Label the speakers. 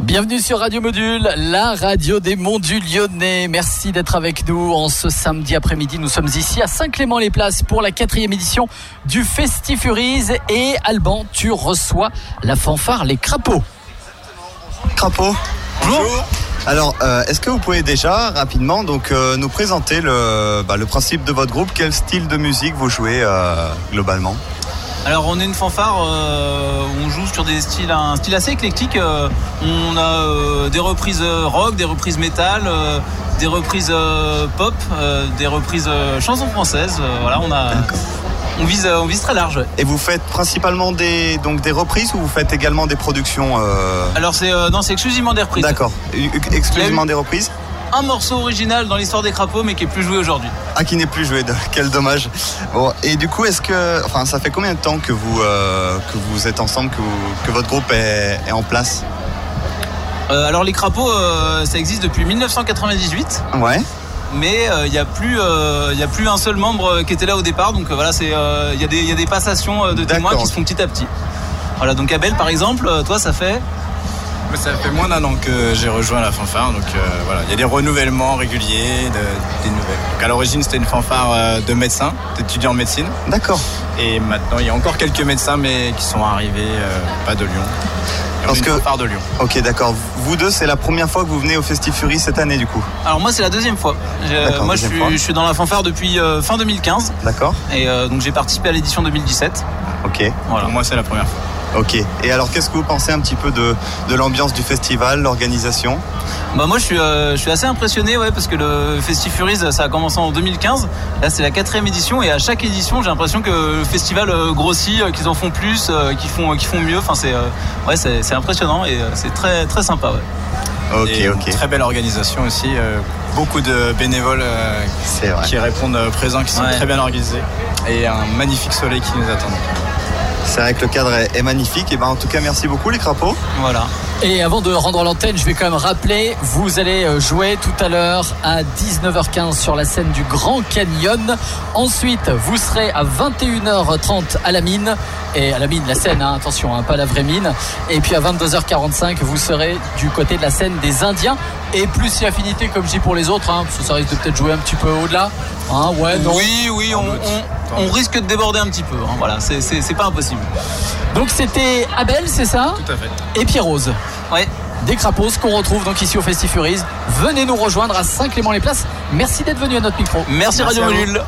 Speaker 1: Bienvenue sur Radio Module, la radio des Monts du Lyonnais. Merci d'être avec nous en ce samedi après-midi. Nous sommes ici à Saint-Clément-les-Places pour la quatrième édition du Festifurize. Et Alban, tu reçois la fanfare Les Crapauds.
Speaker 2: Crapaud. Bonjour. Alors, euh, est-ce que vous pouvez déjà rapidement donc euh, nous présenter le, bah, le principe de votre groupe Quel style de musique vous jouez euh, globalement
Speaker 3: Alors on est une fanfare, euh, on joue sur des styles, un style assez éclectique. euh, on a euh, des reprises euh, rock, des reprises métal, euh, des reprises euh, pop, euh, des reprises euh, chansons françaises. euh, voilà, on a, on vise, euh, on vise très large.
Speaker 2: Et vous faites principalement des donc des reprises ou vous faites également des productions euh,
Speaker 3: Alors c'est, euh, non, c'est exclusivement des reprises.
Speaker 2: D'accord, U- u- exclusivement des reprises
Speaker 3: Un morceau original dans l'histoire des crapauds, mais qui est plus joué aujourd'hui.
Speaker 2: Ah, qui n'est plus joué, de- quel dommage. Bon, et du coup, est-ce que, enfin, ça fait combien de temps que vous euh, que vous êtes ensemble, que, vous- que votre groupe est, est en place
Speaker 3: Euh, alors les crapauds, euh, ça existe depuis 1998.
Speaker 2: Ouais.
Speaker 3: mais euh, il n'y a plus euh, il y a plus un seul membre euh, qui était là au départ donc euh, voilà c'est il y, a des- y a des passations euh, de témoins
Speaker 2: D'accord.
Speaker 3: qui se font petit à petit voilà donc Abel par exemple euh, toi ça fait
Speaker 4: Mais Ça fait moins d'un an que j'ai rejoint la fanfare, donc euh, voilà, il y a des renouvellements réguliers, de- des nouvelles. Donc à l'origine c'était une fanfare euh, de médecins, d'étudiants en médecine,
Speaker 2: D'accord.
Speaker 4: et maintenant il y a encore quelques médecins mais qui sont arrivés euh, pas de Lyon. Et on
Speaker 2: Parce
Speaker 4: est une
Speaker 2: que-
Speaker 4: fanfare de Lyon.
Speaker 2: Ok, d'accord. Vous deux, c'est la première fois que vous venez au Festifury cette année, du coup.
Speaker 3: alors moi c'est la deuxième fois J'ai- euh,
Speaker 2: D'accord,
Speaker 3: moi je
Speaker 2: deuxième
Speaker 3: suis,
Speaker 2: fois.
Speaker 3: je suis dans la fanfare depuis euh, fin 2015
Speaker 2: D'accord.
Speaker 3: et euh, donc j'ai participé à l'édition 2017
Speaker 2: Ok.
Speaker 3: voilà
Speaker 4: Pour moi c'est la première fois.
Speaker 2: Ok. Et alors, qu'est-ce que vous pensez un petit peu de, de l'ambiance du festival, l'organisation
Speaker 3: bah moi je suis euh, je suis assez impressionné ouais parce que le Festifuries ça a commencé en 2015 là c'est la quatrième édition et à chaque édition j'ai l'impression que le festival euh, grossit euh, qu'ils en font plus euh, qu'ils font qu'ils font mieux enfin c'est euh, ouais c'est c'est impressionnant et euh, c'est très très sympa ouais.
Speaker 2: Ok,
Speaker 4: Et une
Speaker 2: ok.
Speaker 4: Très belle organisation aussi, euh, beaucoup de bénévoles euh,
Speaker 2: C'est vrai.
Speaker 4: qui répondent euh, présents, qui sont
Speaker 3: Ouais.
Speaker 4: très bien organisés, et un magnifique soleil qui nous attend.
Speaker 2: C'est vrai que le cadre est, est magnifique. Et ben, en tout cas, merci beaucoup, les crapauds.
Speaker 3: voilà
Speaker 1: Et avant de rendre l'antenne, je vais quand même rappeler, vous allez euh, jouer tout à l'heure à 19h15 sur la scène du Grand Canyon. Ensuite, vous serez à 21h30 à la mine. Et à la mine, la scène, hein, attention, hein, pas la vraie mine. Et puis à 22h45, vous serez du côté de la scène des Indiens. Et plus si affinité, comme je dis pour les autres, hein, parce que ça risque de peut-être jouer un petit peu au-delà. Hein, ouais, non.
Speaker 3: oui oui on, on- on risque de déborder un petit peu hein, voilà c'est c'est c'est pas impossible
Speaker 1: Donc c'était Abel, c'est ça
Speaker 4: Tout à fait.
Speaker 1: Et Pierre-Rose.
Speaker 3: ouais
Speaker 1: des crapauds qu'on retrouve donc ici au Festifuries. Venez nous rejoindre à Saint-Clément-les-Places. Merci d'être venu à notre micro.
Speaker 3: merci, Radio
Speaker 4: à vous.
Speaker 3: Module